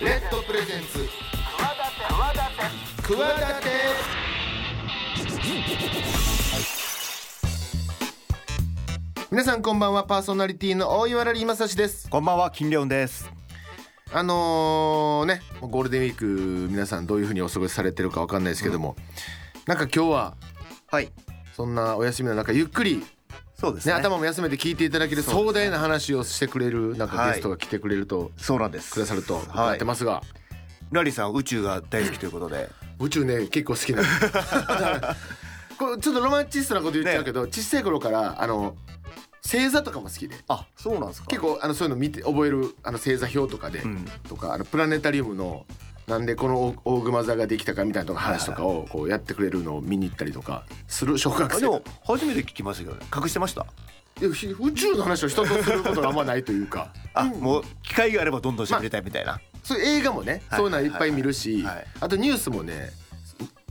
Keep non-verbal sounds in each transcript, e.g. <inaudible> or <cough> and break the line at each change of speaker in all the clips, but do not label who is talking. レッドプレゼンツ企て皆さんこんばんはパーソナリティの大岩良理正です
こんばんは、金良です。
あのーねゴールデンウィーク皆さんどういうふうにお過ごしされてるかわかんないですけども、なんか今日は
はい。
そんなお休みの中ゆっくり、
そうです
ね、
ね。
頭も休めて聞いていただける
そうですね
壮大な話をしてくれるなんかゲストが来てくれると、
そうなんです。
くださると伺ってますが、
ラリーさん、宇宙が大好きということで。
宇宙ね結構好き
<laughs>
なのだからこれちょっとロマンチストなこと言っちゃうけど、小さい頃からあの星座とかも好きで
あ、そうなんですか
結。構あのそういうの見て覚えるあの星座表とかで、
うん
とかあのプラネタリウムのなんでこの大大熊座ができたかみたいなとか話とかをこうやってくれるのを見に行ったりとかする小学
あ、
生
でも、初めて聞きましたけどね。隠してました。
いやひ宇宙の話を人とすることがあんまないという
<laughs>
か
あ、もう、機会があれば、どんどん喋りたいみたいな。
そういう映画もね、
はい
そういうのはいっぱい見るし、
はいはい
あとニュースもね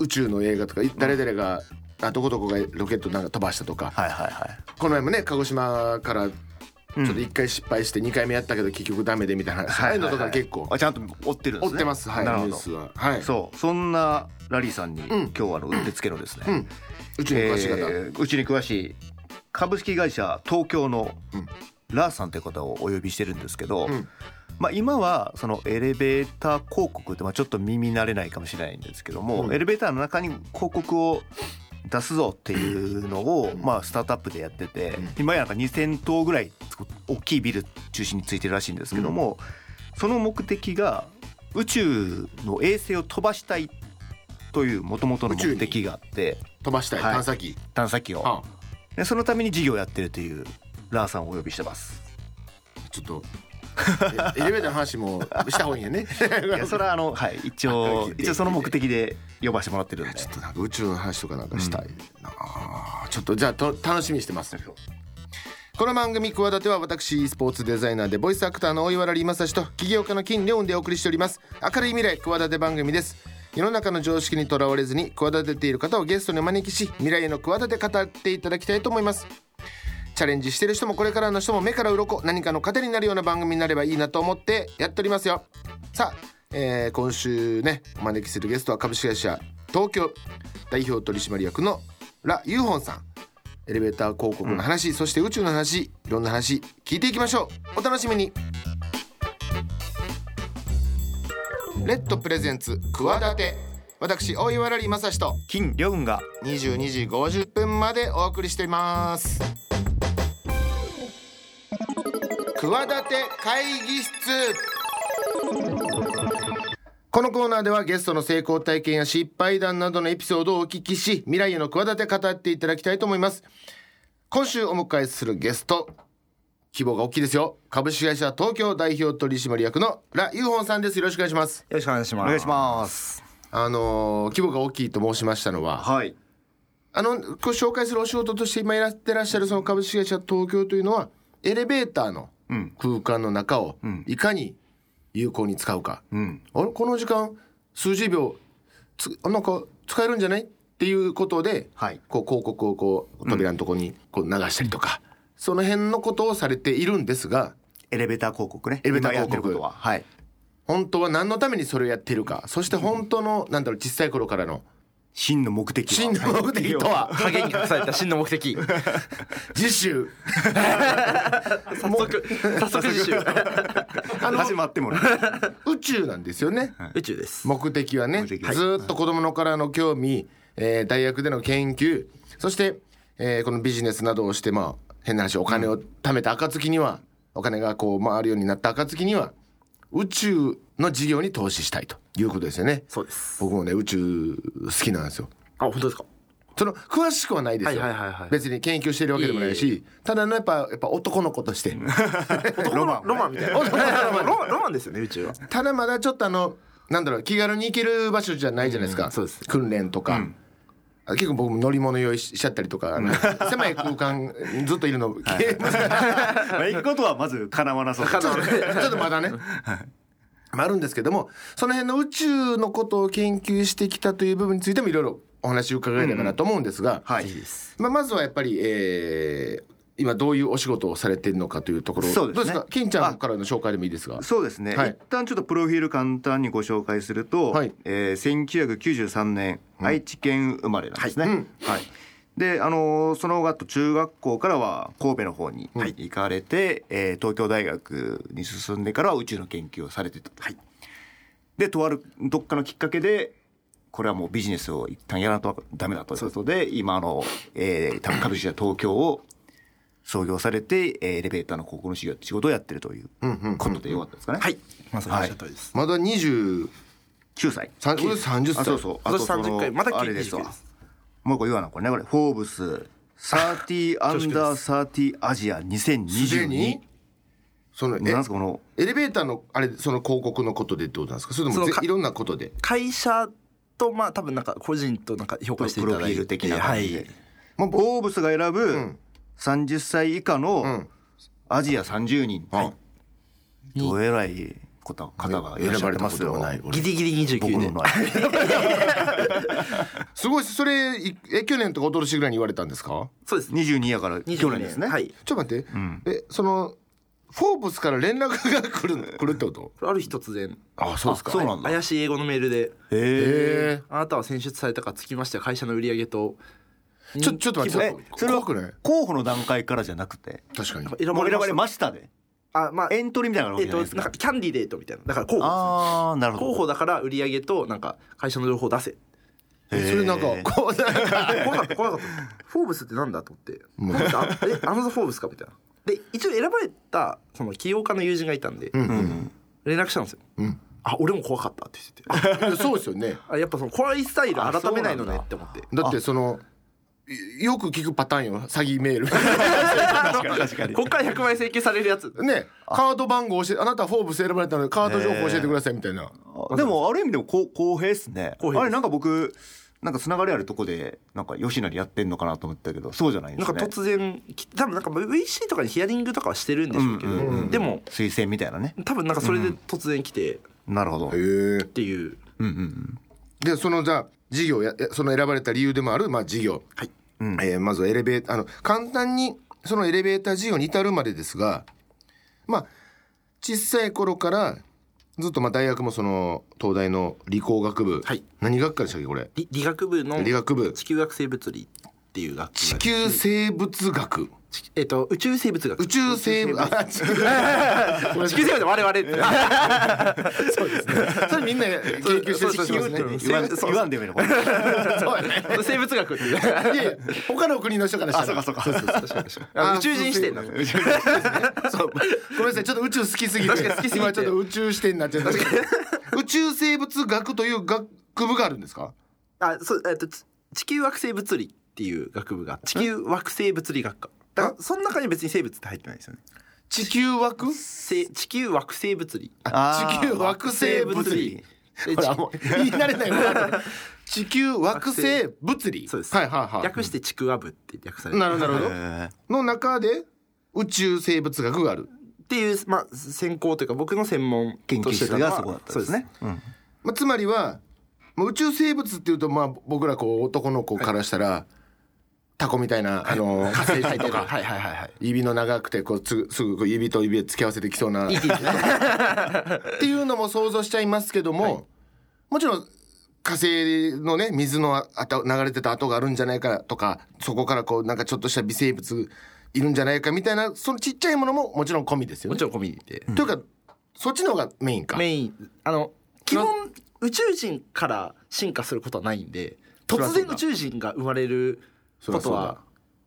う宇宙の映画とかい誰々が、あどこどこがロケットなんか飛ばしたとか、
はいはいはい。
この前もね鹿児島からちょっと1回失敗して2回目やったけど結局ダメでみたいな話、ああいうのとか結構
あ、ちゃんと追ってるんで
追
すね。
ってますはいニ
なるほ
ュー
ど。
スははい
そう、そんなラリーさんに、今日はあの、うってつけのですね。
んうちの詳しい方、
えーうちに詳しい株式会社東京のラーさんという方をお呼びしてるんですけど、
ん
まあ、今はそのエレベーター広告ってまあちょっと耳慣れないかもしれないんですけども、
うん
エレベーターの中に広告を出すぞっていうのを、まあ、スタートアップでやってて、今やなんか2,000棟ぐらい大きいビル中心についてるらしいんですけども、その目的が宇宙の衛星を飛ばしたいというもともとの目的があって
飛ばしたい
はい
探査機、
探査機を。
あ
でそのために事業をやってるというラーさんをお呼びして
<laughs>
ます。
ちょっとえエレベーターの話もした方がいいよ
<laughs>
ね
いやそれ
<laughs>
はあのはい一応
聞いて
一応その目的で呼ばしてもらってるんで。
ちょっとなんか宇宙の話とかなんかしたいな、あーちょっとじゃあと楽しみにしてますこの番組「企て」は私スポーツデザイナーでボイスアクターの大岩良理正と起業家の金良雲でお送りしております明るい未来企て番組です世の中の常識にとらわれずに企てている方をゲストにお招きし未来への企て語っていただきたいと思いますチャレンジしてる人もこれからの人も目から鱗何かの糧になるような番組になればいいなと思ってやっておりますよさあ、えー今週ねお招きするゲストは株式会社東京代表取締役のラ・ユーホンさんエレベーター広告の話、そして宇宙の話いろんな話聞いていきましょうお楽しみにレッドプレゼンツ企て私大岩良理正史と
金良雲が
22時50分までお送りしています企て会議室このコーナーではゲストの成功体験や失敗談などのエピソードをお聞きし未来への企て語っていただきたいと思います今週お迎えするゲスト規模が大きいですよ株式会社東京代表取締役のラ・ユーホンさんですよろしくお願いします
よろしくお願いしま
お
す。
願いします。
あのー規模が大きいと申しましたのは
はい。
あの、こう紹介するお仕事として今やってらっしゃるその株式会社東京というのは、エレベーターの空間の中をいかに有効に使うか。
うん。
あれこの時間、数十秒、つあなんか使えるんじゃないっていうことで、
はい
こう広告をこう扉のところにこう流したりとか、その辺のことをされているんですが、
エレベーター広告ね。
エレベーター広告
今やってることははい。
本当は何のためにそれをやっているか、そして本当の、なんだろう、小さい頃
<laughs>
からの
真の目的は。
真の目的と
<laughs>
は、
影に隠された真の目 <laughs> 的。
次週。
早速、早速自習。
あの
始まって
<laughs>
もね。
宇宙なんですよね。
宇宙です。
目的はね
目的
ずーっと子供のからの興味、えー大学での研究そして、えーこのビジネスなどをしてまあ変な話お金を貯めた暁には、お金がこう回るようになった暁には宇宙の事業に投資したいということですよね
そうです。
僕もね宇宙好きなんですよ
あ、本当ですか。
その詳しくはないですよ、
はいはいはいはい
別に研究してるわけでもないし
い
ただのやっぱやっぱ男の子として
ロマン、ロマンみたい <laughs> な。ロマン、ロマン、ロマンですよね、宇宙は。
ただまだちょっとあのなんだろう気軽に行ける場所じゃないじゃないですか、
うんそうです
訓練とか、あ結構僕も乗り物用意しちゃったりとか、あの狭い空間ずっといる <laughs> の、
まあ行くことはまず叶わなそう。
ちょっとちょっとまだね、まああるんですけどもその辺の宇宙のことを研究してきたという部分についてもいろいろお話を伺えればなと思うんですが、
はい
いい。です。
まあ、まずはやっぱり、えー今どういうお仕事をされてるのかというところ
そうですね
どうですか金ちゃんからの紹介でもいいですが
そうですね、
はい
一旦ちょっとプロフィール簡単にご紹介すると、
はい
えー1993年、愛知県生まれなんですね。
は
はいい、
うん
であのーその後あと中学校からは神戸の方に
はい
行かれて、えー東京大学に進んでからは宇宙の研究をされてたと。でとあるどっかのきっかけでこれはもうビジネスを一旦やらないとダメだということで今あの、えー、多分株式会社東京を創業されて、えーエレベーターの広告の仕事をやってるということでよかったですかね。
はい。
まさにおっしゃる通りです。
まだ20
9歳。
さん俺30歳
あそうそう。
今年
その
30回まだ
あれですわ
29です。
もう一個言わなこれねこれ。フォーブス30アンダー30アジア
すで
2022
に。そのえ
なんすかこの
エレベーターのあれその広告のことでってことなんですかそれとも
そ
ぜ
のか
いろんなことで
会社とまあ多分なんか個人となんか評価してい
プ
ただ
ロ
い
フ
て
ィール的な
は
感じで。
い。
まあフォーブスが選ぶ
ん
30歳以下の
ん
アジア30人。
はい
どえらいこと方がいらっ
選
しゃ
ば
っ
れ
て
た
ま
こ
す
とで
よ
も。ない俺
ギリギリ29
僕
で
のない。
すごいですそれいえ去年とか一昨年ぐらいに言われたんですか
そうですね。
22やから去年ですね。
はい。
ちょっと待って、えそのフォーブスから連絡が来る <laughs> 来るってこと
これある日突然
あそうですか
そうなんだ。
怪しい英語のメールで
へえ。
え
「あなたは選出されたかつきましては会社の売り上げと
ー、ちょちょっと待って
え
ちょっと
それは
怖くない
候補の段階からじゃなくて。
確かに
選
も
ば
う
れ
選ば
まし
れ
た
ましたで。
あまあ
エントリーみたいなのがあ
え
る
っ
わけ
と
じゃ
な
ない
んか
ですか。
キャンディデートみたいなだから候補
ああ、なる
です
ほ
ね
ど。
候補だから売り上げとなんか会社の情報出せ
それなんかこうなんか
あ怖かった怖かったフォーブスってなんだと思って「フォーブスあえアナザーフォーブスか」みたいなで一応選ばれたその起業家の友人がいたんで連絡したんですよ「あ俺も怖かった」って言って
<laughs>
て
いやそうですよね
あやっぱその怖いスタイル
あ
改めないの
そうなん
ね
だ
って思って
だってそのいよく聞くパターンよ詐欺メー <laughs> ル
確かに確かに
こっから100万円請求され
<laughs>
るやつ
ねカード番号教えてあなたフォーブス選ばれたのでカード情報教えてくださいみたいな、
でもある意味でもこう公平ですね。
公平です
あれなんか僕なんかつながりあるとこでなんか吉成やってんのかなと思ったけどそうじゃないんで
な
す
んか
ね。
突然き多分なんか VC とかにヒアリングとかはしてるんでしょうけど、
うんうんうん
でも
推薦みたいなね。
多分なんかそれで突然来てっ
なるほど。うん
へえ
ていう、
うんうん。
でそのじゃあ事業ややその選ばれた理由でもある、まあ、事業、
はい
うん
えーまずはエレベーターあの簡単にそのエレベーター事業に至るまでですがまあ小さい頃からずっとまあ大学もその東大の理工学部、
はい
何学科でしたっけこれ
理理学部の
理学部
地球学生物理っていう学部
地球生物学
地えっと宇宙生物学
宇宙生物あ地球
地球生物我々って
<laughs> それみんな研究してる
そうそう
知ってますね
そ
言わん
う
言わんでみるこれ。
そうやね
生物学っていう
いやいや他の国の人からしたら
そうか。確かに確か
あ
<laughs> あ
宇宙人視点なの
に。
そうごめんなさいちょっと宇宙好きすぎて
確かに好きすぎて
今ちょっと宇宙視点になっちゃった宇宙生物学という学部があるんですか
あそうえっとつ地球惑星物理っていう学部が地球惑星物理学科だからその中に別に生物って入ってないですよね
地球枠
せ地球惑星物理
あー
地球惑星物理
で
ほらもう言い慣れないわ地球惑星物理
そうです
はいはいはい
略してちくわぶって略されて
なるほどなるほ
へー
どの中で宇宙生物学がある
っていう、まあ、専攻というか僕の専門
研
と
究
して
室
たのは
がそこだったんですね。うん
まあ、つまりは、まあ、宇宙生物っていうと、まあ、僕らこう男の子からしたら、タコみたいな、あの火星人とか、
はいはいはいはい
指の長くてこうつぐすぐこう指と指を付き合わせてきそうなっ
ET ですね
ていうのも想像しちゃいますけども、もちろん火星のね水のああた流れてた跡があるんじゃないかとかそこからこうなんかちょっとした微生物いるんじゃないかみたいなそのちっちゃいものももちろん込みですよ
も
ね
ち。ろんコミュニティで
というかそっちの方がメインか。
メインあの基本宇宙人から進化することはないんで
そりゃ
突
そうだ
然宇宙人が生まれる
り
こ
ゃそ
と
うだ
は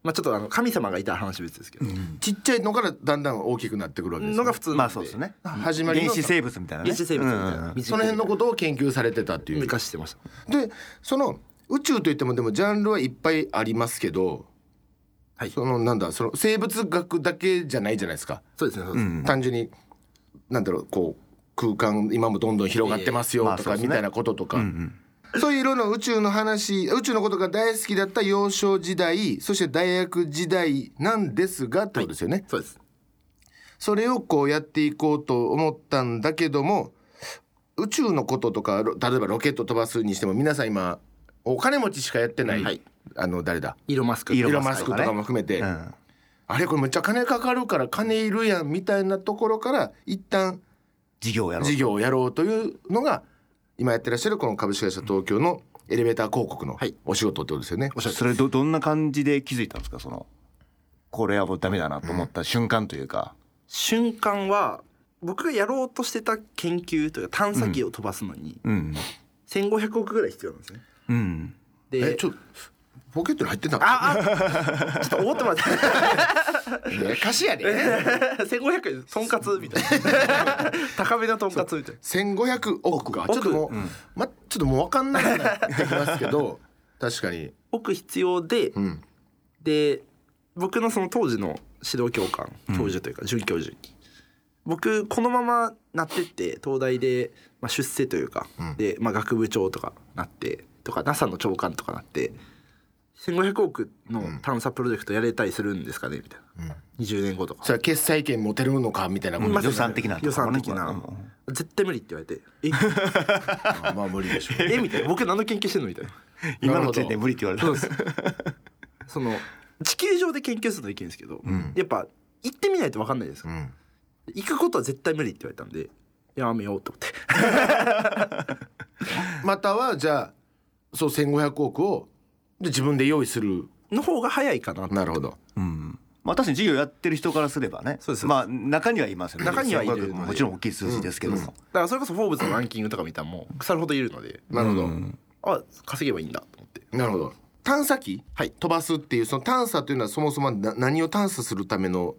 まあちょっとあの神様がいたら話別ですけど、
ちっちゃいのからだんだん大きくなってくるわけですよ
のが普通なんで
まあそうですね。
始まりの
原始生物みたいなね。
原始生物みたいな、
うんうんうん
その辺の
こ
ことを研究されてたっていう
生かしてました
でその宇宙といってもでもジャンルはいっぱいありますけど、
はい
そのなんだその生物学だけじゃないじゃないですか、
そうですねそうですね、
単純になんだろうこう空間今もどんどん広がってますよと
ええま
か
あそうです
み
ね
たいなこととか、そういういろんな宇宙の話宇宙のことが大好きだった幼少時代そして大学時代なんですがってことですよね、
そうです
それをこうやっていこうと思ったんだけども宇宙のこととかろ例えばロケット飛ばすにしても皆さん今お金持ちしかやってない、
はい
あの誰だ
イーロン・マスク
イー
イ
ロ
ー
ン
ロン・マ
マ
スク
スク
と
とかね
かも含めて、
うん
あれこれめっちゃ金かかるから金いるやんみたいなところから一旦
事業をやろう
事業をやろうというのが今やってらっしゃるこの株式会社東京のエレベーター広告のお仕事ってことですよね。
おっしゃるそれどどんな感じで気づいたんですかそのこれはもうダメだなと思った瞬間というか、
瞬間は僕がやろうとしてた研究というか探査機を飛ばすのに
うん
1500億ぐらい必要なんですね。
うん、
え
で
ちょポケットに入ってたん
ああちょっと思ってもらって
え歌詞や
<laughs>
で
1500円とんかつみたいな <laughs> 高めのとんかつみたいな
1500億かちょっともう、ま、ちょっともう分かんなくなってきますけど <laughs> 確かに、
奥必要で、
うん、
で僕のその当時の指導教官教授というか准教授に、僕このままなってって東大で、まあ、出世というか、
うん
で、まあ、学部長とかなってとか NASA の長官とかなって1500億の探査プロジェクトやれたりするんですかねみたいな、20年後とか
それは決済権持てるのかみたいなこと、
まず
予算的な
予算的な、絶対無理って言われて「え
まあ無理でしょう
えみたいな「僕何の研究してんの?」みたいな
今の時点で無理って言われた
そうですその地球上で研究するのはいけるんですけど、
ん
やっぱ行ってみないと分かんないです、
うん、
行くことは絶対無理って言われたんでやめようと思って <laughs>
またはじゃあそう1500億をで自分で用意する
の方が早いかなと
なるほど
うんまあ、確かに事業やってる人からすればね
そうです
まあ、中にはいますよね
中にはい
1500
る
ももちろん大きい数字ですけども、
だからそれこそ「フォーブス」のランキングとか見たらもう腐るほどいるので
なるほど、
あ稼げばいいんだと思って
なるほど探査機、
はい
飛ばすっていうその探査というのはそもそもな何を探査するための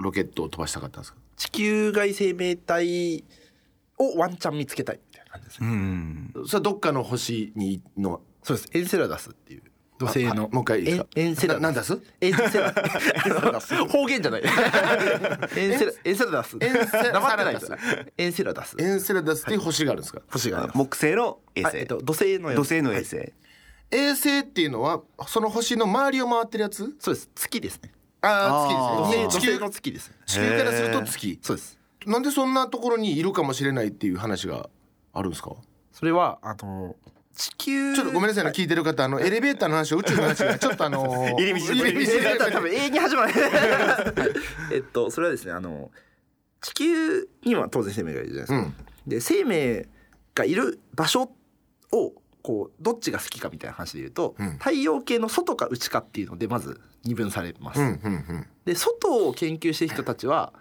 ロケットを飛ばしたかったんですか
地球外生命体をワンチャン見つけたいみたいな感じですね、
うん
それはどっかの星にの
そうですエンセラダスっていう土星
あ
の
もう一回いいですか
エンエンセラ
ななんだす
エン <laughs> セラ方言じゃ <laughs> ないエンセラエンセラダス
エンセラ
黙ってないですエンセラダス
エンセラダスっていう星があるんですか、
星があります
木星の衛
あ
星、
えっと、土星のやつ
土星の衛
はい
星、
衛星っていうのはその星の周りを回ってるやつ
そうです月ですね
ああ
あ
月
ー
で
土
すね地
星
球
の月ですね
地球からすると月
そうです
なんでそんなところにいるかもしれないっていう話があるんですか
それはあの地球
ちょっとごめんなさいね、聞いてる方あのエレベーターの話を宇宙の話がちょっとあのー
入り口
<laughs> 入り口で
<laughs> 多分永遠に始まる <laughs> えっとそれはですねあの地球には当然生命がいるじゃないです
う
か、
ん
で生命がいる場所をこうどっちが好きかみたいな話で言うと、
うん
太陽系の外か内かっていうのでまず二分されます、
うんうん
で外を研究してる人たちは、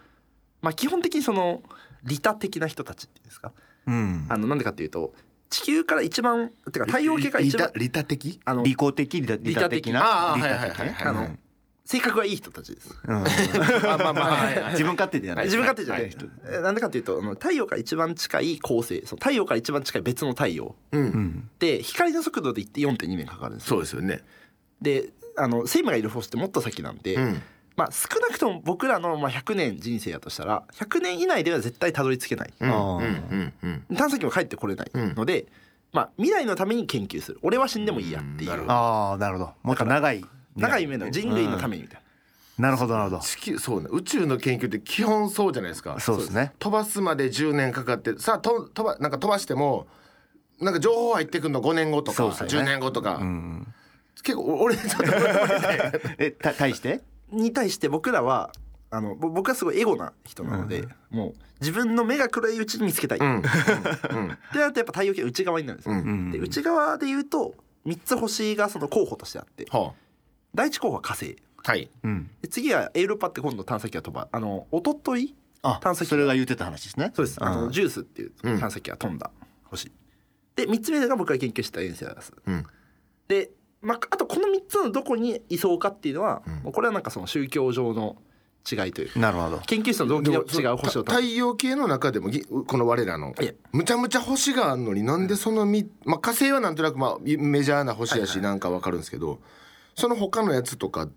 まあ、基本的にその利他的な人たちっていうんですか
うん
あのなんでかっていうと地球から一番てか太陽系から一番
利他的 <laughs>
あの
利己的利他利他的な
利
利
他的
他
あー
的ね
はいはいはいはい
性格がいい人たちです
うん
あまあまあはいはい
自分勝手じゃない
自分勝手じゃない
人
えなんでかっていうとあの太陽から一番近い恒星その太陽から一番近い別の太陽
うん
ん
で光の速度で言って4.2年かかるんですよ
そうですよね
であの生命がいる星ってもっと先なんで、
うん
まあ、少なくとも僕らのまあ100年人生やとしたら100年以内では絶対たどり着けない、
うん
あー
うんうん
探査機も帰ってこれないので、まあ、未来のために研究する俺は死んでもいいやっていう、
うんな
ああなるほどもっと長い
長い目の人類のた
め
めにみたい
なるほどなるほど
地球そうね宇宙の研究って基本そうじゃないですか
そうですね
飛ばすまで10年かかってさあと飛ばなんか飛ばしてもなんか情報入ってくるの5年後とか、
そうですよ
10
ね
年後とか、
うん
結構 <laughs> 俺ちょっと
えた対して
な、に対して僕らはあのぼ僕はすごいエゴな人なので、もう自分の目が暗いうちに見つけたい、
うん
であとやっぱ太陽系は内側になるんですよ、
うん
うん
で内側で言うと3つ星がその候補としてあって
は
第一候補は火星
あはい
うん
で次はエウロパって今度探査機が飛ばあの一昨日
あ
探査機
それが言ってた話ですね
そうですあのジュースっていう
うん
探査機が飛んだ星、で3つ目が僕が研究したエンセラダス
うん
で、まあ、あとこの3つのどこに移送かっていうのは、もうこれはなんかその宗教上の違いというか
なるほど
研究室の動機の違う星を
た太陽系の中でもぎこの我らの
いえ
むちゃむちゃ星があるのになんでそのみ、まあ、火星はなんとなくまあメジャーな星やしなんかわかるんですけどその他のやつとか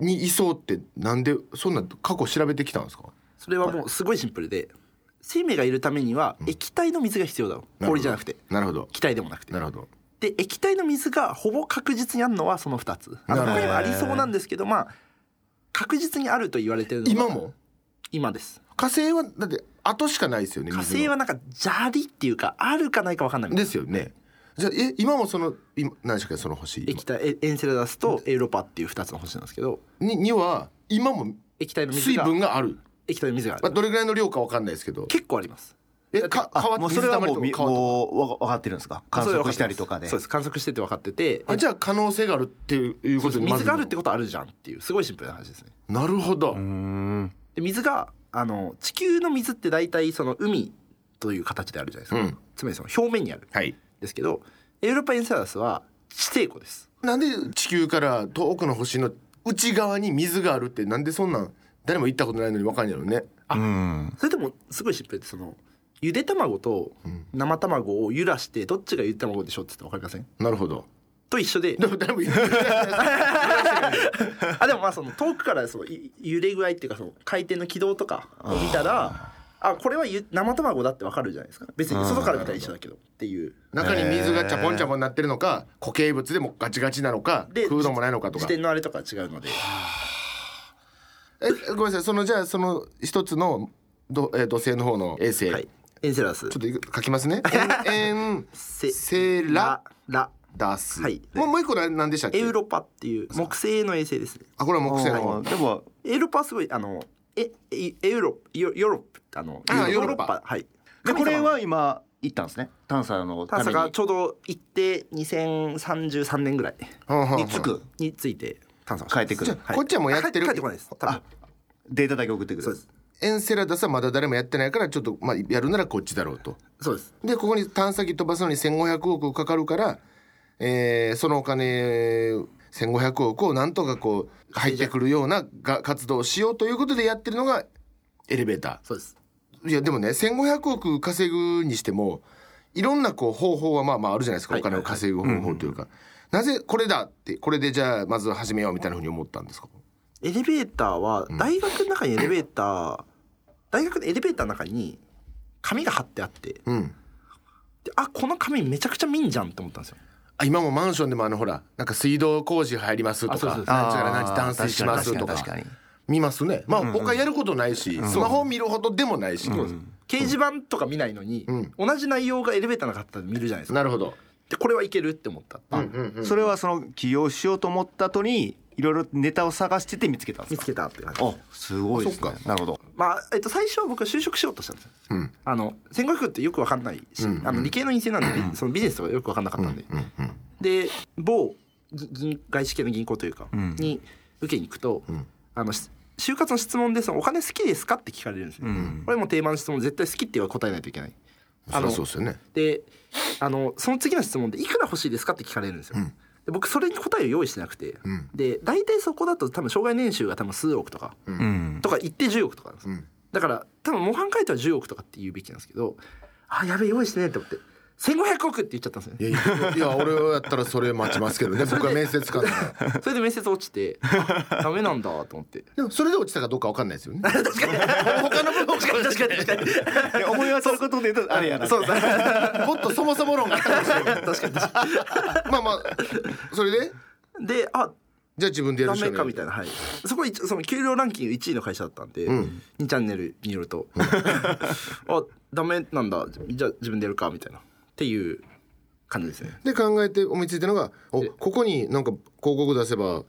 にいそうってなんでそんな過去調べてきたんですか
それはもうすごいシンプルで生命がいるためには液体の水が必要だろ
ほど
氷じゃなくて
なるほど
気体でもなくて
なるほど
で液体の水がほぼ確実にあるのはその2つあの
なるほど
他にもありそうなんですけどまあ確実にあると言われてるのが
今も
今です
火星はだって後しかないですよね
火
水の
星はなんか砂利っていうかあるかないか分かんないみたい
ですよねじゃあえ今もその今何でしたっけその星
な液体エエンセラダスとエウロパっていう2つの星なんですけど
にには今も
液体の水
水
が
分がある、
液体の水があ
まあ、
る
どれぐらいの量かわかんないですけど
結構あります
えか
あ
川
もうそれはも
水
うみ
溜まりとか川とか
もうわ分かってるんですか観測したりとかで
そうです観測してて分かってて
あじゃあ可能性があるっていうことにまず
水があるってことあるじゃんっていうすごいシンプルな話ですね
なるほど、
うーん
で水があの地球の水って大体その海という形であるじゃないですか、
うん
つまりその表面にあるん
はい
ですけどエウロパエンセラスは地底湖です
なんで地球から遠くの星の内側に水があるってなんでそんなん誰も行ったことないのにわかんやろね
うん
それでもすごいシンプルでそのゆで卵と生卵を揺らしてどっちがゆで卵でしょうって言って分かりません
なるほ
<laughs>
ど
と一緒で
でも誰も行ったことない
あでもまあその遠くからそのい揺れ具合っていうかその回転の軌道とかを見たらあこれはゆ生卵だってわかるじゃないですか別に外から見たら一緒だけどっていう
中に水がちゃぽんちゃぽんになってるのか固形物でもガチガチなのか
で
空洞もないのかと
視
か
点のあれとかは違うので
えごめんなさいそのじゃあその一つのど、えー土星の方の衛星、
はいエンセラス
ちょっといく書きますねエ
<laughs>
ン
セ
セラ
ラ
ダス、
はい
もうもう一個な何でしたっけ
エウロパっていう木星の衛星ですね
あこれは木星の
あ
方
ーでも
エウロパはすごいあのええエウロヨヨーロッパってあの
あヨーロッパ
はい
でこれは今行ったんですね探査のた
探査
め
が
に
ちょうど行って2033年ぐらい
ほんほんほん
につく
について探査をし
変
ま
えてく
じゃ
る
あこっちはもうやってる
帰ってこないです多分
あデータだけ送ってくる
そうです
エンセラダスはまだ誰もやってないからちょっと、まあ、やるならこっちだろうと
そうです
でここに探査機飛ばすのに1500億かかるから、えーそのお金1500億をなんとかこう入ってくるようなが活動をしようということでやってるのがエレベータ
そうです
ーいやでもね1500億稼ぐにしてもいろんなこう方法はまあまああるじゃないですか、
はい
お金を稼ぐ方法というか、なぜこれだってこれでじゃあまず始めようみたいなふうに思ったんですか
エレベーターは大学の中にエレベーター、大学のエレベーターの中に紙が貼ってあってで
うん
あこの紙めちゃくちゃ見んじゃんって思ったんですよ
あ今もマンションでもあのほらなんか水道工事入りますと
あそう
か
そうそう
何時から何時断水しますとか
確かに確かに
見ますねまあ、他やることないし、スマホ見るほどでもないし、
掲示板とか見ないのに、
うん
同じ内容がエレベーターの中だったら見るじゃないですか
なるほど、
でこれはいけるって思った、
うんうんうん
それはその起業しようと思った後にいろいろネタを探してて見つけたんで
見
す
つ
か
けたって感じ
あすごいです
あ
ね
そっ
なるほど
まあ、えっと、最初は僕は就職しようとしたんですよ
うん
あの1500ってよくわかんないし、
うん
あの理系の院生なんで、そのビジネスとかよくわかんなかったんで、
うんうん
で某ぎ銀外資系の銀行というか、
うん
に受けに行くと、
ん
あのし就活の質問でそのお金好きですかって聞かれるんですよ、
うん
これも定番の質問絶対好きっては答えないといけない
そ
あ
りゃ
の
そうですよね
であのその次の質問でいくら欲しいですかって聞かれるんですよ、
うん
で僕それに答えを用意してなくて、
うん
で大体そこだと多分障害年収が多分数億とか、 <laughs>
うん
とか一定10億とかなんです
う
よ
ん
だから多分模範解答は10億とかって言うべきなんですけどあやべえ用意してねえって思って1500億って言っちゃったんですね
いやいやいや俺やったらそれ待ちますけ <laughs> どね僕は面接官だから
それで面接落ちてあダメなんだと思って
<laughs> でもそれで落ちたかどうかわかんない <laughs> ですよね
確かに他の部分確かに確かに確かに
いや思い当たることで言うとあれやな
そうそう
<laughs> もっとそもそも論があったかもしれない
確かに
<laughs>
確
まあまあそれで
かにであ
じゃあ自分でや
ダ
るしか
メ
な
か
い
みたいなはいそこ一その給料ランキング1位の会社だったんで、
うん
2チャンネルによると <laughs> あダメなんだじゃあ自分でやるかみたいなっていう感じですね
で考えて思いついたのがおここになんか広告出せば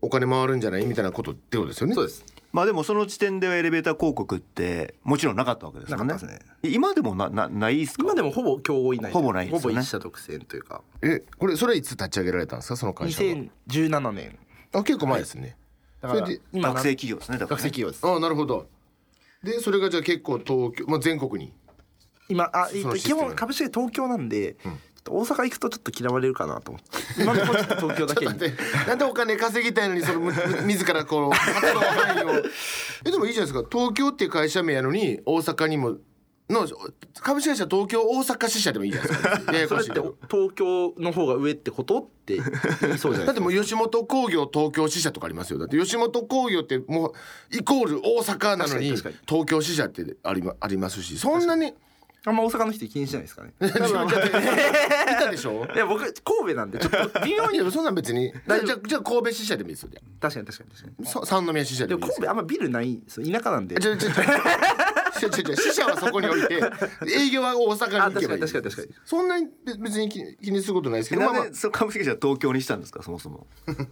お金回るんじゃないみたいなことってことですよね
そうです
まあでもその時点ではエレベーター広告ってもちろんなかったわけです
な
も
か
ん
った
ね
ですね
今でもななないですか
今でもほぼ競合いない
ほぼないですよね
ほぼ一社独占というか
えこれそれはいつ立ち上げられたんですかその会社は
2017年
あ結構前ですね、
だから
それで
今
学生企業ですねだから
学
ね
生企業です
ああなるほどでそれがじゃあ結構東京、まあ、全国に
今あえっ
その
と
シス
基
テム
本株式会社東京なんで、ちょっと大阪行くとちょっと嫌われるかなと
<laughs>
思って今のところちょっと東京だけに
でなんでお金稼ぎたいのにそのむむ自ら
<laughs>
こう活動範囲をえでもいいじゃないですか東京っていう会社名やのに大阪にもの株式会社東京大阪支社でもいいじゃないです
<laughs>
かやや
そ
こ
れっ
しいけ
て
ど
東京の方が上ってことって言いそうじゃないですか
<laughs> だってもう吉本興業東京支社とかありますよだって吉本興業ってもうイコール大阪なのに
確かに確かに
東京支社ってありまありますしそんなに
あんま大阪の人気にしないで
<laughs>
すかね
自分じゃ <laughs> いたでしょ
いや僕神戸なんでちょっと微妙
い
に
やそんなん別
<laughs>
に
大
じ
丈夫
ゃあじゃあ神戸支社でもいいですよじゃ
確かに確かに確かに
あさ三宮支 <laughs> 社で
で
もい
も
いですよ
神戸あんまビルないんですよ田舎なんで
ちょちょちょちょちょちょ支社はそこに置い
<laughs>
て営業は大阪に行けばいい
あ確かに確かに確かに
そんなに別に気に気にすることないですけ
え
どまあま
な
あ
んでその株式会社は東京にしたんですかそもそも
なんか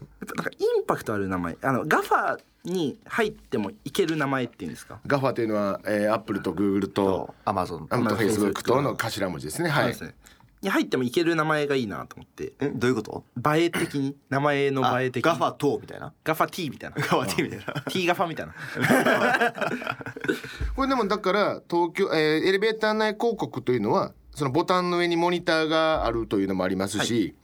インパクトある名前あのガファに入ってもいける名前っていうんですか
ガファというのは、えー、アップルとグーグルと
アマゾン
アップルとフェイスブック
Facebook
との頭文字ですねは
そう
い
ですねに入ってもいける名前がいいなと思って
えどういうこと
映え的に名前の
あ
映え的に
ガファ等みたいな
ガファ T みたいな
ガファ T みたいな
T ガファみたいな
これでもだから東京、えーエレベーター内広告というのはそのボタンの上にモニターがあるというのもありますし、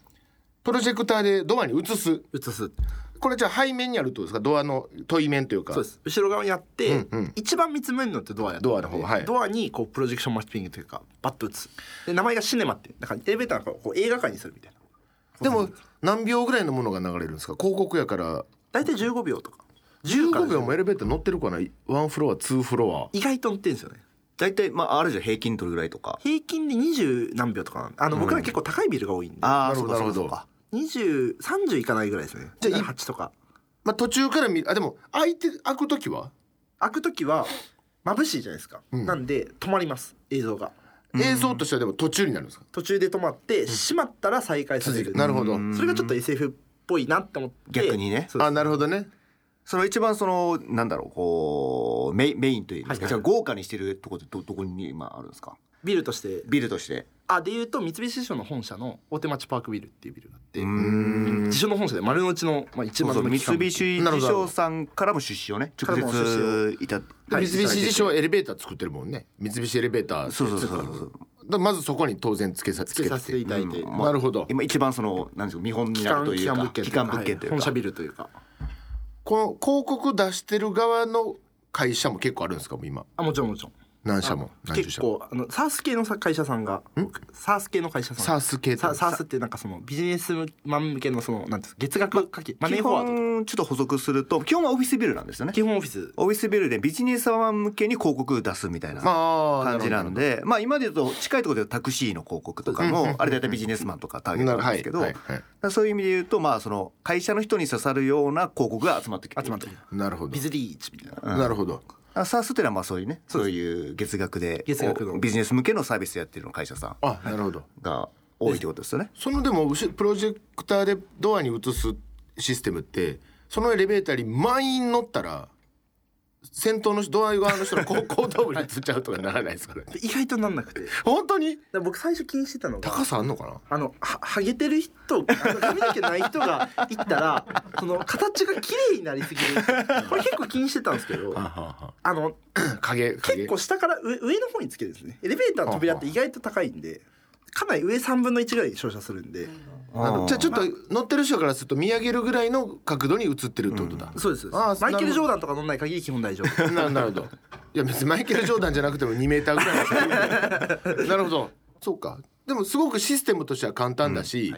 プロジェクターでドアに映す
映す
これじゃあ背面にあるってことですかドアの問い面というか
そうです後ろ側にやって、
うんうん
一番見つめるのってドアやったんで
ドアの方はい
ドアにこうプロジェクションマッピングというかバッと打つで名前がシネマっていうだからエレベーターのこうこう映画館にするみたいな
でも何秒ぐらいのものが流れるんですか広告やから
大体15秒とか
15秒もエレベーター乗ってるかな1フロア2フロア
意外と乗ってるんですよね
<laughs> 大体まああるじゃん平均どれぐらいとか
平均で20何秒とかなんであの僕ら結構高いビルが多いんで、
あ
な
あ
る
そ
ほ
う
ど
か
な
そうか
るほど
そうか
20、30いかないぐらいですね
じゃあい
8とか
まあ途中から見あでも開いて開く時は
開く時は眩しいじゃないですか、なんで止まります映像が
映像としてはでも途中になるんですか
途中で止まって閉まったら再開させ
続
る、
くなるほど
それがちょっと SF っぽいなって思って
逆にね
そうです
あなるほどね
その一番そのなんだろうこうメインメインというんですか、
はいは
じ
い
ゃあ豪華にしてるとこってどどこに今あるんですか
ビルとして
ビルとして
あでいうと三菱地所の本社の大手町パークビルっていうビルがあって
うん
地所の本社で丸の内の、まあ、一
そう
番
そ
の
う三
機関
菱地
なるほど
所さんからも出資をね直
からも出資
接いた
で
はい
三菱自称エレベーター作ってるもんね三菱エレベーター
そうそうそうそう
だまずそこに当然つけさつ
つ
け
け
て
させていただいて、
うん
なるほど
今一番そのなんですか見本に
機
なる
関
とい
機
う
関物
か
件
機関物件と
と
いか
いううか、はい本社ビルというか
この広告出してる側の会社も結構あるんですかもう今
あもちろんもちろん
何社も何十
結
社
構あのサース系のさ会社さんがサース系の会社さん
サース系
サ
と
サースってなんかそのビジネスマン向けのそのなんていうんですか月額かけマネ
基
ーフォワード
本ちょっと補足すると基本はオフィスビルなんですよね
基本オフィス
オフィスビルでビジネスマン向けに広告出すみたいな
まあ
感じなんでまあ今で言うと近いところでタクシーの広告とか
うんうんうん
もあれ大体ビジネスマンとかターゲッ
な
ト
る
なん
は
で
い
すけど
はい
だか
はい
らそういう意味で言うとまあその会社の人に刺さるような広告が集まってきて
集まってる
なるほど
ビズリーチみたいな
なるほど
あ SaaS っていうのはまあそういうねそういう月額で
月額の
ビジネス向けのサービスやってるの会社さん
あなるほど
が多いってことですよね
そのでも後ろプロジェクターでドアに映すシステムってそのエレベーターに満員乗ったら先頭の人ドア側の人の <laughs> 後後頭部に映っちゃうとかならないですかね
で意外となんなくてだか
本当に
ら僕最初気にしてたのが
高さあんのかな
あのはハゲてる人あの髪の毛ない人が行ったら <laughs> その形が綺麗になりすぎるこれ結構気にしてたんですけどあの
影影
結構下から上上の方につけるんですねエレベーターの扉って意外と高いんでかなり上3分の1ぐらいに照射するんで
なるほどじゃあちょっ
と
と乗ってる人からすると見上げるぐらいの角度に映ってるってことだ、
そうです
ああ
マイケ
なるほ
ル・
ど
ジョーダンとか乗んない限り基本大丈夫
ななるほどいや別にマイケル・ジョーダンじゃなくても2メーターぐらいですよなるほどそうかでもすごくシステムとしては簡単だし、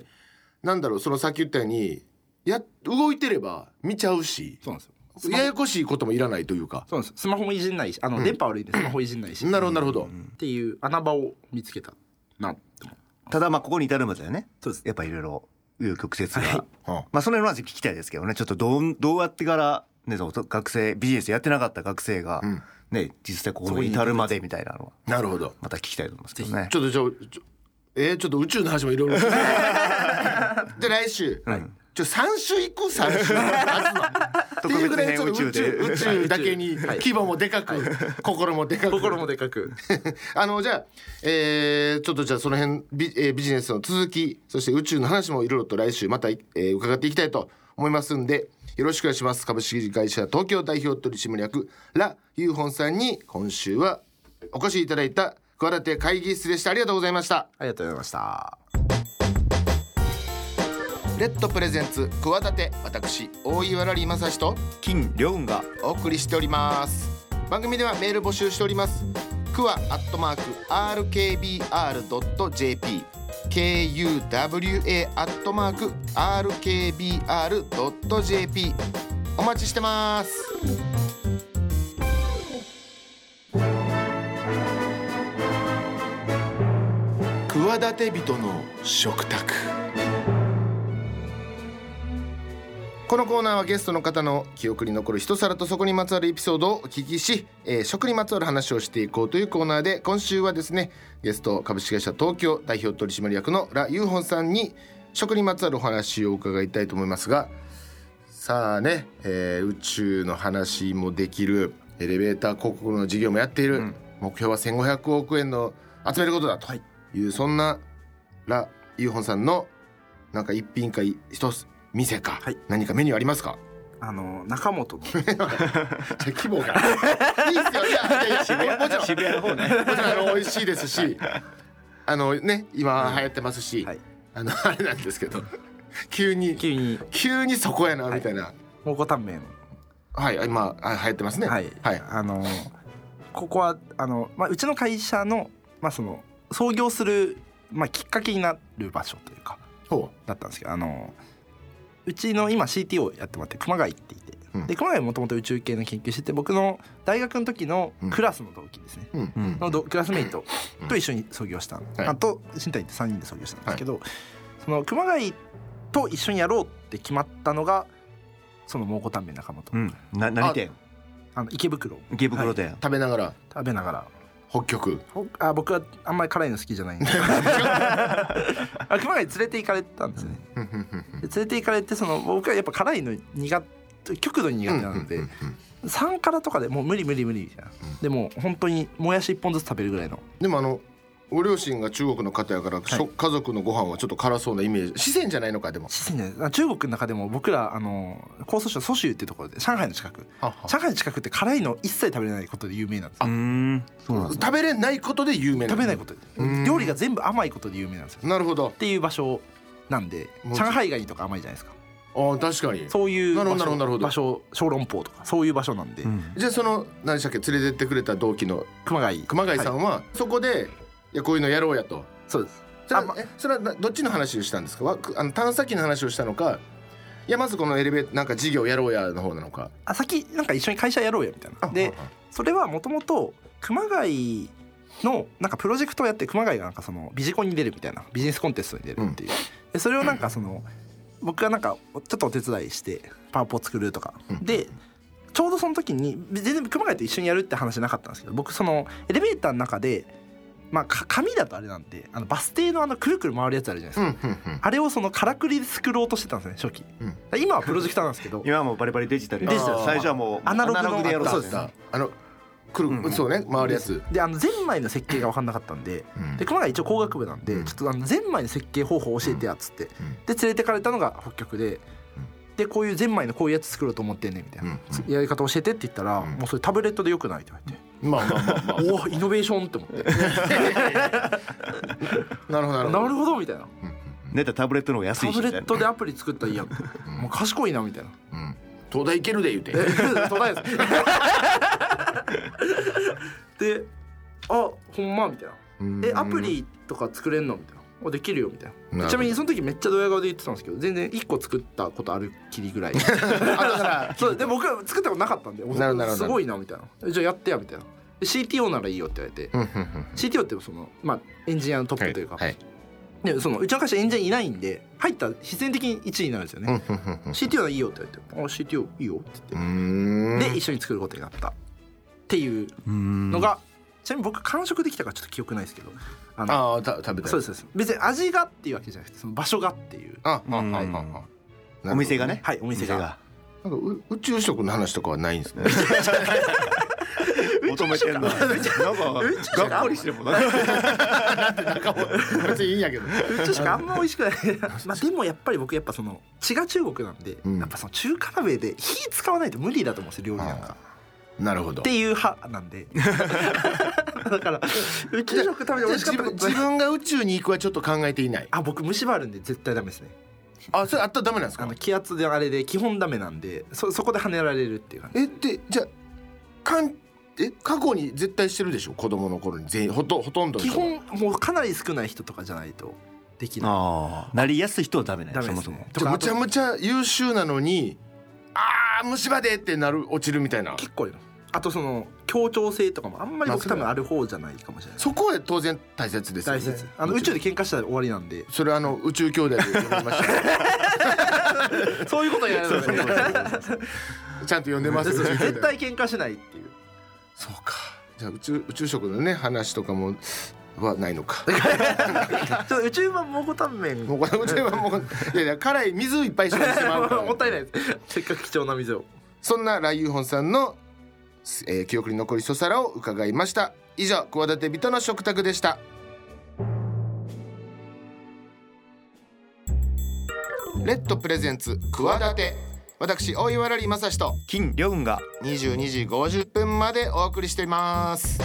なんだろうそのさっき言ったようにや動いてれば見ちゃうし
そうなんですよ
ややこしいこともいらないというか
そうなんですスマホもいじんないしあの、電波悪いんでスマホいじんないしっ
なるほどなるほど、
ていう穴場を見つけたなって思う
ただまあここに至るまでだよね
そうです
やっぱいろいろ紆余曲折が
うん
まあその辺の話聞きたいですけどねちょっとどうどうやってからねその学生ビジネスやってなかった学生が
ん
ね実際ここに至るまでみたいなのは
なるほど
また聞きたいと思いますけどね
ちょっとじゃあちょえー、ちょっと宇宙の話もいろい <laughs> ろで来週、ちょ3週行く3週 <laughs> っていうぐらいちょっと宇宙
特
宇
別
宙だけに規模もでかく、心もでかく
心もでかく
<laughs> あのじゃあ、えーちょっとじゃあその辺ビ,、えービジネスの続きそして宇宙の話もいろいろと来週また、えー伺っていきたいと思いますんでよろしくお願いします株式会社東京代表取締役ラ・ユーホンさんに今週はお越しいただいた企て会議室でしたありがとうございました
ありがとうございました
レッドプレゼンツ企て私大岩良利正史と
金良雲が
お送りしております番組ではメール募集しておりますクワアットマーク RKBR.jp KUWA アットマーク RKBR.jp お待ちしてます企て人の食卓このコーナーはゲストの方の記憶に残る一皿とそこにまつわるエピソードをお聞きし、えー食にまつわる話をしていこうというコーナーで今週はですねゲスト株式会社東京代表取締役のラ・ユーホンさんに食にまつわるお話を伺いたいと思いますがさあね、えー宇宙の話もできるエレベーター広告の事業もやっている、目標は1500億円の集めることだという、そんなラ・ユーホンさんのなんか一品か一つ店か、
はい
何かメニューあります <laughs> か
あの中本の
じゃあ規模 <laughs> がいいっすよいやいや <laughs> い <laughs> やもちろん
渋谷の方
も
ね
ちろんあの美味しいですし、あのね今流行ってますし、
はい
あの <laughs> あれなんですけど、急に
急に
急にそこやなみたいな、
蒙古タンメン
はい、今あ流行ってますね。
はい、
はい、
あのここはあの、まあ、うちの会社の,、まあその創業する、まあ、きっかけになる場所というか
ほう、
だったんですけどあのうちの今 CTO やってもらって熊谷っていて、
うん
で熊谷もともと宇宙系の研究してて僕の大学の時のクラスの同期ですね、
うん、
うん
のどクラスメイト
うん
と一緒に創業した、
はい
あと新谷って3人で創業したんですけど、その熊谷と一緒にやろうって決まったのがその蒙古タンメン仲間と、
うんな何店
あの池袋を
池袋店、
食べながら
食べながら
北極。
ほあ僕はあんまり辛いの好きじ
<laughs>
ゃないんであ熊谷連れて行かれたんですよね
うんうんうん
で連れて行かれてその僕はやっぱ辛いの苦手極度に苦手なので、
うんうん
3辛とかでもう無理無理無理みたいな、でもう本当にもやし1本ずつ食べるぐらいの
でもあのご両親が中国の方やから、食家族のご飯はちょっと辛そうなイメージ。四川じゃないのかでも。
四川じゃないあ中国の中でも僕らあの江蘇省蘇州っていうところで上海の近く
はは
上海の近くって辛いの一切食べれないことで有名なんですよ
うーんそうなんです
食べれないことで有名
食べない
こ
ことで
うん
料理が全部甘いことで有名なんですよ
と。なるほど
っ。ていう場所なんで
もう
上海ガニとか甘いじゃないですか
ああ確かに。
そういう
なるほ
場
どなるほどなるほ
所
ど
場所小籠包とかそういう場所なんで、
うん
じゃあその何でしたっけ連れてってくれた同期の
熊谷
熊谷さんは、そこでいやこういうのやろうやと
そうです
それは
あま
えそれはなどっちの話をしたんですかわくあの探査機の話をしたのかいやまずこのエレベーターなんか事業やろうやの方なのか
あ先なんか一緒に会社やろうよみたいなでそれはもともと熊谷のなんかプロジェクトをやって熊谷がなんかそのビジコンに出るみたいなビジネスコンテストに出るっていう、でそれをなんかその僕がなんかちょっとお手伝いしてパワポ作るとか、でちょうどその時に全然熊谷と一緒にやるって話なかったんですけど僕そのエレベーターの中で、まあ、か紙だとあれなんであのバス停のあのくるくる回るやつあるじゃないです
う
か、
んうんうん
あれをそのからくりで作ろうとしてたんですね初期、
うん
今はプロジェクターなんですけど
今はもうバリバリデジタル
デジタル
最初はもう
アナログの
でやろう
そ
と
う
し
で
て
す
た
かあのくる、
うん
そうね回るやつ、
であのゼンマイの設計が分かんなかったんで
うん
で熊谷一応工学部なんで、
うん
ちょっとあのゼンマイの設計方法教えてやっつって、
ん
で連れてかれたのが北極で、でこういうゼンマイのこういうやつ作ろうと思ってんねんみたいな、やり方教えてって言ったら、もうそれタブレットでよくないって言わ
まあまあまあまあ
れて、おおイノベーションって思っ
<laughs>
て
なるほどなるほど
なるほどみたいな
ネタタブレットの方が安
タ
いし
ブ
み
レ
たいな
ットでアプリ作ったらいいやんもう賢いなみたいな
うん東大行けるで言うて
え <laughs> 途絶えず <laughs> であほんまみたいなえアプリとか作れんのみたいなあできるよみたいな
なるほど
ちなみにその時めっちゃドヤ顔で言ってたんですけど全然1個作ったことあるきり
<laughs>
ぐらい
あだから
そうで僕は作ったことなかったんでお
なるほどなるほど
すごいなみたいなじゃあやってやみたいなで CTO ならいいよって言われて、
うんうんうん
CTO ってその、まあ、エンジニアのトップというか、
はい
でそのうちの会社エンジニアいないんで入ったら必然的に1位になるんですよね、
うんうんうん
CTO ならいいよって言われて「あ CTO いいよ」って言って
う、ん
で一緒に作ることになったっていう
うーん
のが、ちなみに僕完食できたかちょっと記憶ないですけどあの
ああた食べたい
そうですそうです別に味がっていうわけじゃなくてその場所がっていう
あああああ
うん
あ
お店がね
はいお
お
店が
なんかう宇宙食の話とかはないんですね
求めて
<laughs>
るのなんかがっこりしてるもんな
なんかもう <laughs> 別にいいんやけど
宇宙しかあんま美味しくない <laughs> まあでもやっぱり僕やっぱその血が中国なんで、
うん
やっぱその中華鍋で火使わないと無理だと思うんですよ料理なんか
なるほど
っていう派なんで <laughs> だから宇宙食食べて美味しかっ
自
たこ
分
と
自分が宇宙に行くはちょっと考えていない
あ僕虫歯あるんで絶対ダメですね
あそれあったらダメなんです
あ
か
の気圧であれで基本ダメなんでそそこで跳ねられるっていう感じ
えでじゃあかんえ過去に絶対してるでしょ子供の頃に全員ほとほとんどの
基
人が
本もうかなり少ない人とかじゃないとできな
あーなりやすい人はダメね
いダメ
そ
で
も
す
そも
ね
じゃあむちゃ
とかあ
むちゃ優秀なのにあー虫歯でってなる落ちるみたいな
と結構ありますあとその協調性とかもあんまり僕多分ある方じゃないかもしれない
そこは当然大切ですよ
大
ね
切あの宇宙で喧嘩したら終わりなんで
それあの宇宙兄弟で読みました
そういうことや
そうそうそうそう
ちゃんと読んでます宇宙兄弟
絶対喧嘩しないっていう
そうかじゃあ宇宙宇宙食のね話とかもはないのか
ちょっと宇宙版蒙古タンメ <laughs> ン
もうこれこれはもういやいや辛い水いっぱいしてしまうから
もったいないですせっかく貴重な水を
そんなライユホンさんの、えー記憶に残り一皿を伺いました以上企て人の食卓でしたレッドプレゼンツ企て私大岩良利正人
金良雲が
22時50分までお送りしています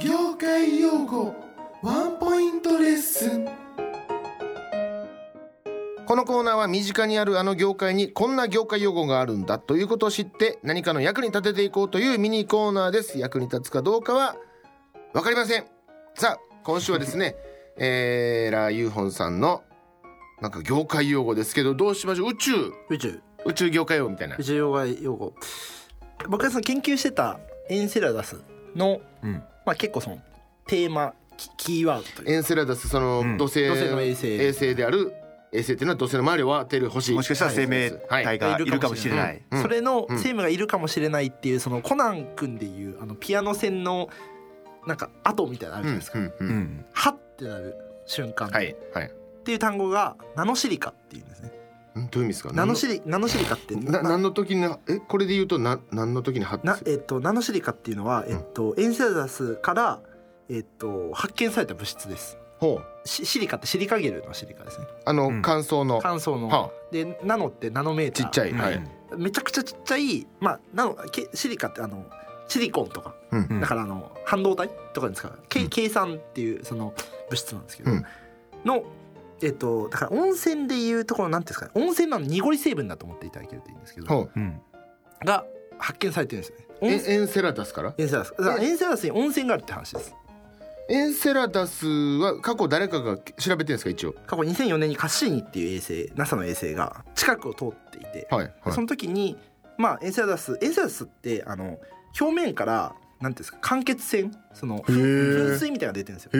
業界用語ワンポイントレッスンこのコーナーは身近にあるあの業界にこんな業界用語があるんだということを知って何かの役に立てていこうというミニコーナーです役に立つかどうかはわかりませんさあ今週はですね <laughs> えー、ラーユーホンさんのなんか業界用語ですけどどうしましょう宇宙
宇宙
宇宙業界用語みたいな
宇宙用語用語僕がその研究してたエンセラダスの、
うん
まあ、結構そのテーマキキーワードというか
エンセラダスその
ん
土星,、
土星の衛星
である衛星っていうのは土星の周りを回ってる星
もしかしたら生命
はい
体がいるかもしれない。
うん
それの
うん
生命がいるかもしれないっていうそのコナン君でいうあのピアノ線のなんか跡みたいなのあるじゃないですか、
うんうんう
うんん
はってなる瞬間、
はいはい
っていう単語がナノシリカっていうんですね
んどういう意味ですか
ナノシリナノシリカって
な何の時にえこれで言うとな何の時に発
なえっと、ナノシリカっていうのは、えっと、エンセラダスから、えっと、発見された物質です
ほう
シシリカってシリカゲルのシリカですね
あの、
うん
乾燥の
乾燥の、
は
でナノってナノメータ
ち
ー
っちゃい、
うん
はい、
めちゃくちゃちっちゃい、まあ、ナノけシリカってあのシリコンとか、
うん
だからあの半導体とかに使う、け
うん
計算っていうその物質なんですけど、
うん
のえっとだから温泉でいうところなんていうんですかね温泉の濁り成分だと思っていただけるといいんですけ
ほ
ど
う
うん
が発見されてるんですよね。温
え
泉
エンセラダスから
エンセラダスだからエンセラダスに温泉があるって話です
エンセラダスは過去誰かが調べてるんですか一応
過去2004年にカッシーニっていう衛星 NASA の衛星が近くを通っていて、
はいはい
その時に、まあ、エンセラダスエンセラダスってあの表面からなんていうんですか間欠泉その噴水みたいなのが出てるんですよ。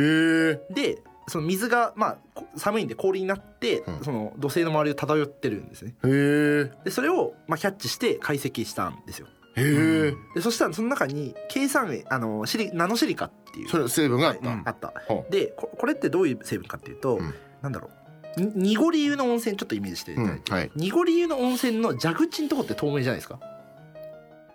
へえ
でその水が、まあ、こ寒いんで氷になって、
うん
その土星の周りを漂ってるんですね。
へ
でそれを、まあ、キャッチして解析したんですよ。
えへえ
でそしたらその中に計算円あのシリナノシリカっていう
それ成分があった、
はいうん
あった
ほう
でここれってどういう成分かっていうと、
うん
なんだろうに濁り湯の温泉ちょっとイメージしていた
う
だい
ん
て、
はい
濁り湯の温泉の蛇口のとこって透明じゃないですか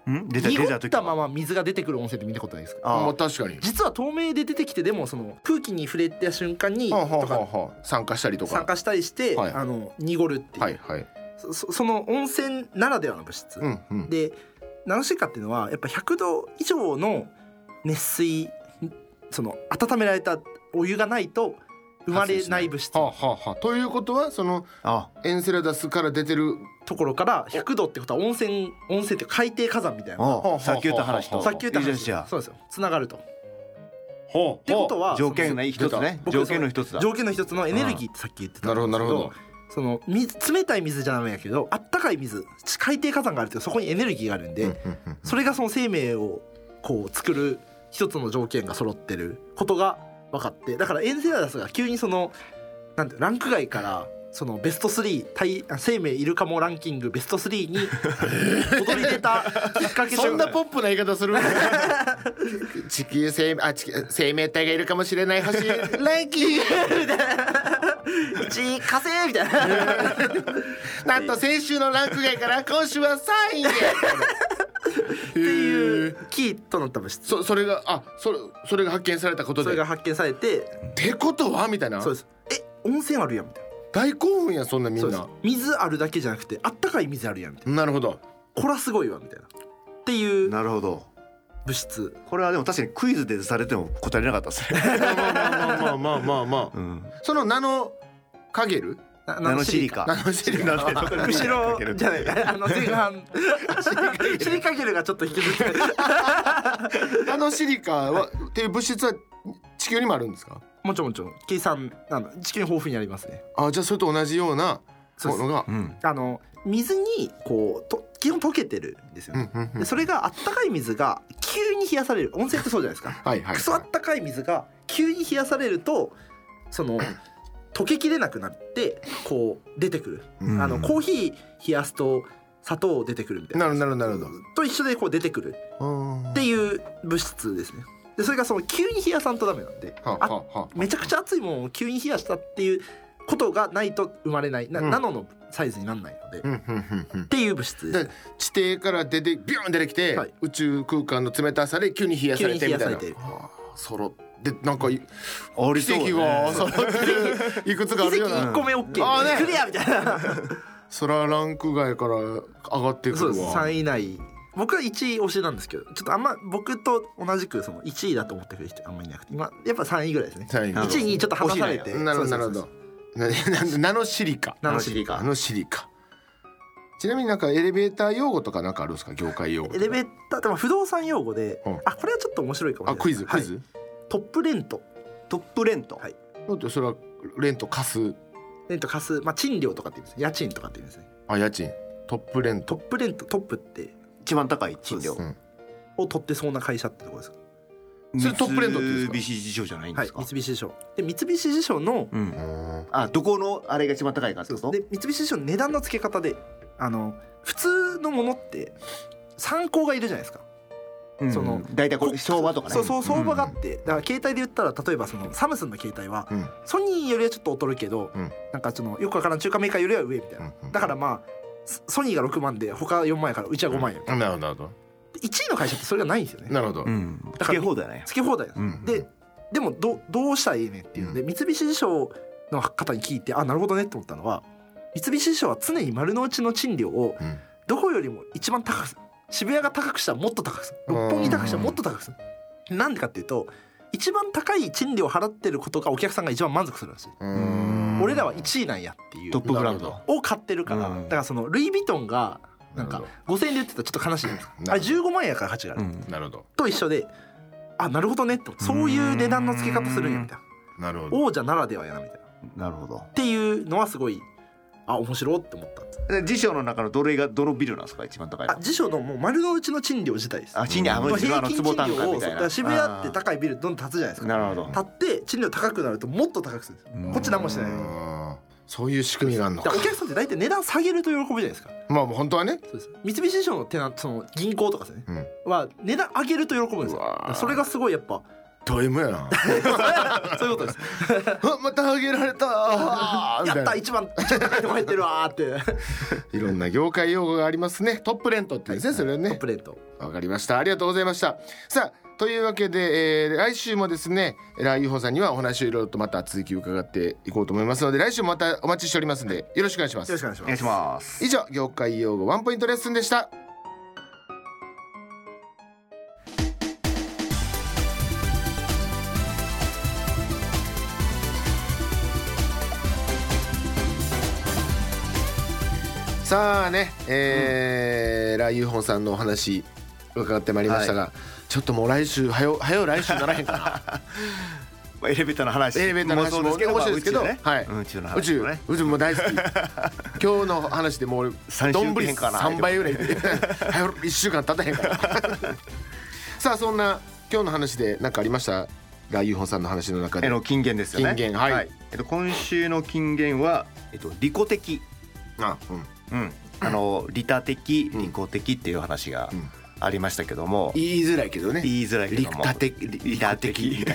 うん出た
濁
出た
っ
時
たまま水が出てくる温泉って見たことないですか
あ
あ
あ確かに
実は透明で出てきてでもその空気に触れた瞬間に
はあはあ
と
は
か
あはあ酸化したりとか
酸化したりして、
はい
あの濁るっていう、
はいはい
そそその温泉ならではの物質、
うんうん
でナノシリカっていうのはやっぱ100度以上の熱水その温められたお湯がないと生まれない物質
はあはあはあということはその
あ
エンセラダスから出てる
ところから100度ってことは温泉温泉って海底火山みたいな
はあ
あさっき言った話と
さっき言った
いい
話
じゃんじゃ
そうですよつながるとっ
ほうって
ことは
あ条件
そ
の一つね
僕
条件の一つだ
の条件の一つのエネルギーってさっき言ってたんですけ
なるほどなるほ
その水冷たい水じゃダメやけどあったかい水海底火山があるとそこにエネルギーがあるんで、それがその生命をこう作る一つの条件が揃ってることが分かってだからエンセラダスが急にそのなんてランク外からそのベスト3対あ生命いるかもランキングベスト3に
<laughs>
踊り出たきっかけと
そんなポップな言い方する <laughs> 地球生あ地球生命体がいるかもしれない
<laughs>
星ランキング
1位火星みたい
な
な
んと先週のランク外から今週は3位へって
って
い
いう <laughs> キーとなった物質
そそれがあそれそれが発見されたこと
そ
で
れが発見されて
ってことはみたいな
そうですえ温泉あるやんみたいな
大興奮やそんなみ
そ
ん
うです
な
水あるだけじゃなくてあったかい水あるやんみたい
なるほ
<laughs>
ど
なこらすごいわみたいなってい
ん
う
なるほど
物質
これはでも確かにクイズで出されても答えれなかったですね
<laughs> まあまあまあまあまあまあ、
うん
そのナノカゲル
ナ
ナノシリカ
ナノシリカ
なんで
後ろじゃない <laughs> あの前半シリカゲルがちょっと引きずって
ナノシリカはっていう物質は地球にもあるんですか
もちろんもちろん計算あの地球に豊富にありますね
あじゃあそれと同じような
そ
も
うです
のが
うん
あの水にこうと基本溶けてるんですよ
うん
ね、
うんうん
でそれがあったかい水が急に冷やされる温泉ってそうじゃないですか
はいはい
クソあったかい水が急に冷やされると
<laughs>
その溶けきれなくなってこう出てくる、
うん
あのコーヒー冷やすと砂糖出てくるみたいな
なるなるなるほど
と一緒でこう出てくる
あー
っていういう物質ですねでそれがその急に冷やさんとダメなんで、
はあはあはあ
めちゃくちゃ熱いものを急に冷やしたっていうことがないと生まれないな、
うん
ナノのサイズにならないので、
う
っ
んうんうんうん
ていう物質です
で
ね
地底から出てビューン出てきて、
はい
宇宙空間の冷たさで急に冷やされてみたいな
急に冷やされて
あーそろでなんかい
あり
奇
そうね
跡がそろ
<laughs>
っていくつかあ
奇
るよ
跡
うな
1個目 OK、ケ
あー
ー
ね
クリアみたいな
<laughs> そらランク外から上がってく
そう
る
です
わ
3位以内僕は1位推しなんですけどちょっとあんま僕と同じくその1位だと思ってくる人あんまりいなくて今やっぱ3位ぐらいですね
三位
なるほど
1位にちょっと離されて
なるほどなる
そう
ほ
そうそう
どななナノシリカ
ナノシリカ
ナノシリカちなみになんかエレベーター用語とかなんかあるんですか業界用語
エレベ
ー
ーターでも不動産用語で、
うん
あこれはちょっと面白いかもしれ
あ
ない
クイズ
は
ク
い
イズ、
トップレント
トップレント、
はい
だってそれはレント貸す
レント貸す、まあ、賃料とかって言うんですね家賃とかって言うんですね
あ家賃トップレン
トッ
ト
プレントトップって
一番高い賃料
そう
です
を取ってそうな会社ってところです
それトップレントっていうんですか
三菱地所じゃないんで
はい
すか、
三菱地所で三菱地所の
う
うんん
あどこのあれが一番高いかってこと
で三菱地所の値段の付け方であの普通のものって参考がいるじゃないですか
うん
その
大体これ相場とかね
そうそう相場があって、だから携帯で言ったら例えばそのサムスンの携帯は、
うん
ソニーよりはちょっと劣るけど、
うん
なんかそのよくわからん中華メーカーよりは上みたいな、
うんうん
だからまあソソニーが6万で他4万やからうちは5万や、
なるほどなるほど
1位の会社ってそれがないんですよね
なるほど
うん
だ
つ
から
け放題ね
つけ放題なんで
う
す、
ん
ででもどどうしたらいいねっていうので、三菱地所の方に聞いてあなるほどねって思ったのは三菱地所は常に丸の内の賃料を
うん
どこよりも一番高くする渋谷が高くしたらもっと高くする六本木高くしたらもっと高くするなんでかっていうと一番高い賃料を払ってることがお客さんが一番満足するんですよ、
う
うん
俺らは1位なんやっていう
トップブランド
を買ってるから、
うん
だからそのルイ・ヴィトンがなん
な
か
る
5,000円で売ってたらちょっと悲しいじゃないですかあれ
な
15万円やから価値がある、
うん
なるほど
と一緒であなるほどねってそういう値段の付け方するんやみたいな
なるほど
王者ならではやなみたいなっ
なるほど
ていうのはすごいあ面白いって思ったんです
で辞書の中のどれがどのビルなんですか一番高いの
あ辞書のもう丸の内の賃料自体です
あ賃料あ
もう
の
平
あの
均
坪
賃
単
料
価
を
み
そ
たい
うだか
な
ら渋谷って高いビルどんどん建つじゃないですか
なるほど
建って賃料高くなるともっと高くするんですよ
うん
こっち何もしてないのに
うんそういう仕組みがあるの
だ
か
からお客さんって大体値段下げると喜ぶじゃないですか
まあもう本当はね
そうです三菱地所のテナその銀行とかですね、
うん
は値段上げると喜ぶんですよ
うわー
だからそれがすごいやっ <laughs> ぱ
ド M や
<laughs>
な
そういうことです
あまたあげられたーみ
<laughs> や
た
っ
いな
た一番一番高いの入ってるわーって <laughs>
いろんな業界用語がありますねトップレントっていうんですねそれは
トッ
ね
プレート
わかりましたありがとうございましたさあというわけで、えー来週もですね来ユホさんにはお話をいろいろとまた続き伺っていこうと思いますので来週もまたお待ちしておりますのでよろしくお願いしま
よろしく
す
お願いし
お
ま
願いしま
す
す
以上業界用語ワンポイントレッスンでしたさあね、えーライユーホンさんのお話伺ってまいりましたが、ちょっともう来週はよはよ来週ならへんか
まあエレベーターの話
エレベーターの話も面白いですけど
まあ宇宙ね
はい
うん宇宙の
な
話
宇宙
もね
宇宙も
<laughs>
大好き今日の話でもう俺
三週
どんぶり
受けへんかな
3倍ぐらい
<laughs>
はよ1週間経たへんからさあそんな今日の話で何かありましたライユーホンさんの話の中
え
で
の金言ですよね
金言はい
えっと今週の金言はえっと利己的
あ、うん、
うんあの利他的利己的っていう話が
うん
ありましたけども
言いづらいけどね
言いづらいけど
利
も
他的
利他的
利他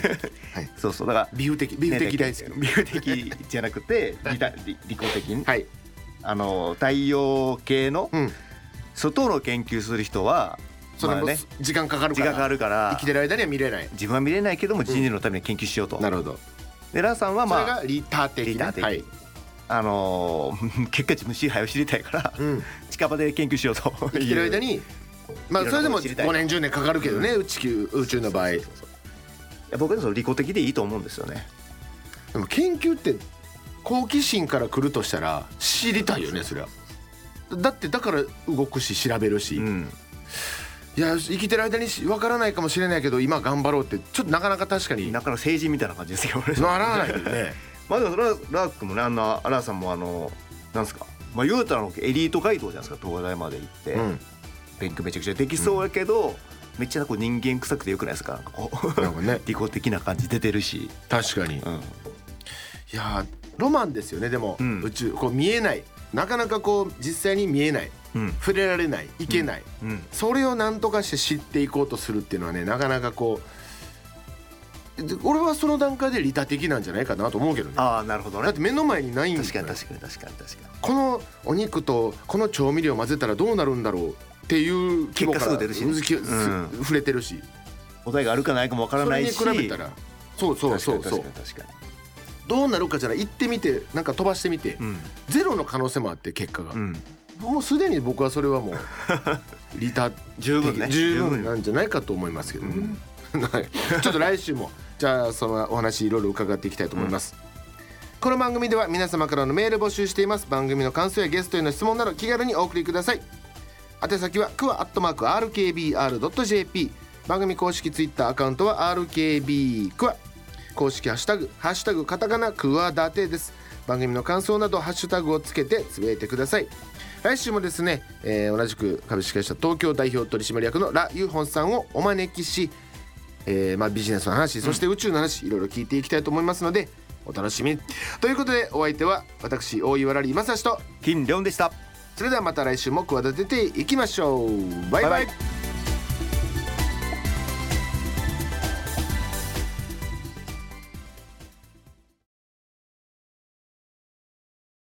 はい
<laughs> そうそうだから
美容的美容的大好き、
美容的じゃなくて利他利利己的
はい、
あの太陽系の
うん、
外の研究する人は
それ
まあ
も
ね
時間かかる
時
から
間があるから
生きてる間には見れない
自分は見れないけども人類のために研究しようと
なるほど
でラーさんは
それ
まあ
がリター的ね
リター的
はい
あのー <laughs> 結果自分支配を知りたいから
うん、
近場で研究しようと
生きてる間にまあ
いろん
そ
な
れでも
こと知りたい
5年10年かかるけどね、宇宙宇宙の場合
そうそうそういや僕はその利己的でいいと思うんですよね
でも研究って好奇心から来るとしたら知りたいよねそれはだってだから動くし調べるし、
う
い
ん
や生きてる間に分からないかもしれないけど今頑張ろうってちょっとなかなか確かにな
だから成人みたいな感じですよ俺
らないよ
<laughs>
ね
まあでもララークもねあんなラーさんもあのなんですかまあ言うたら僕エリート街道じゃないですか東大まで行って、
うん
勉強めちゃくちゃできそうやけど、めっちゃこう人間臭くてよくないですかなんかこう <laughs>
なんかね
利己的な感じ出てるし、
確かに
うん、
いやーロマンですよねでも、
うん
宇宙こう見えないなかなかこう実際に見えない
うん
触れられないいけない、
うん
それを何とかして知っていこうとするっていうのはねなかなかこうで俺はその段階で利他的なんじゃないかなと思うけどね
ああなるほど
だっ
ね
て目の前にないんだ
確か
よ
に確かに確かに確かに
このお肉とこの調味料混ぜたらどうなるんだろうっていう規模から
結果すぐ出るしね
うんきゅす
うん
触れてるし
答えがあるかないかもわから
そ
な
れ
い
に
し
比べたらそうそうそうそう
確かに確かに確か
どうなるかじゃない行ってみてなんか飛ばしてみて、
に
ゼロの可能性もあって結果が、
うん、うん、
もうすでに僕はそれは
<laughs>
もうリタ
十分ね
十分なんじゃないかと思いますけどね、はいちょっと来週もじゃあそのお話いろいろ伺っていきたいと思います、この番組では皆様からのメール募集しています番組の感想やゲストへの質問など気軽にお送りください宛先はクワアットマーク RKBR.jp 番組公式ツイッターアカウントは RKB クワ公式ハッシュタグハッシュタグカタカナクワダテです番組の感想などハッシュタグをつけてつぶえてください来週もですね、えー同じく株式会社東京代表取締役のラ・ユホンさんをお招きし、えーまあ、ビジネスの話そして宇宙の話、いろいろ聞いていきたいと思いますのでお楽しみにということでお相手は私大岩良利正史と
金良でした
それではまた来週も企てていきましょうバイバイ
バイバイ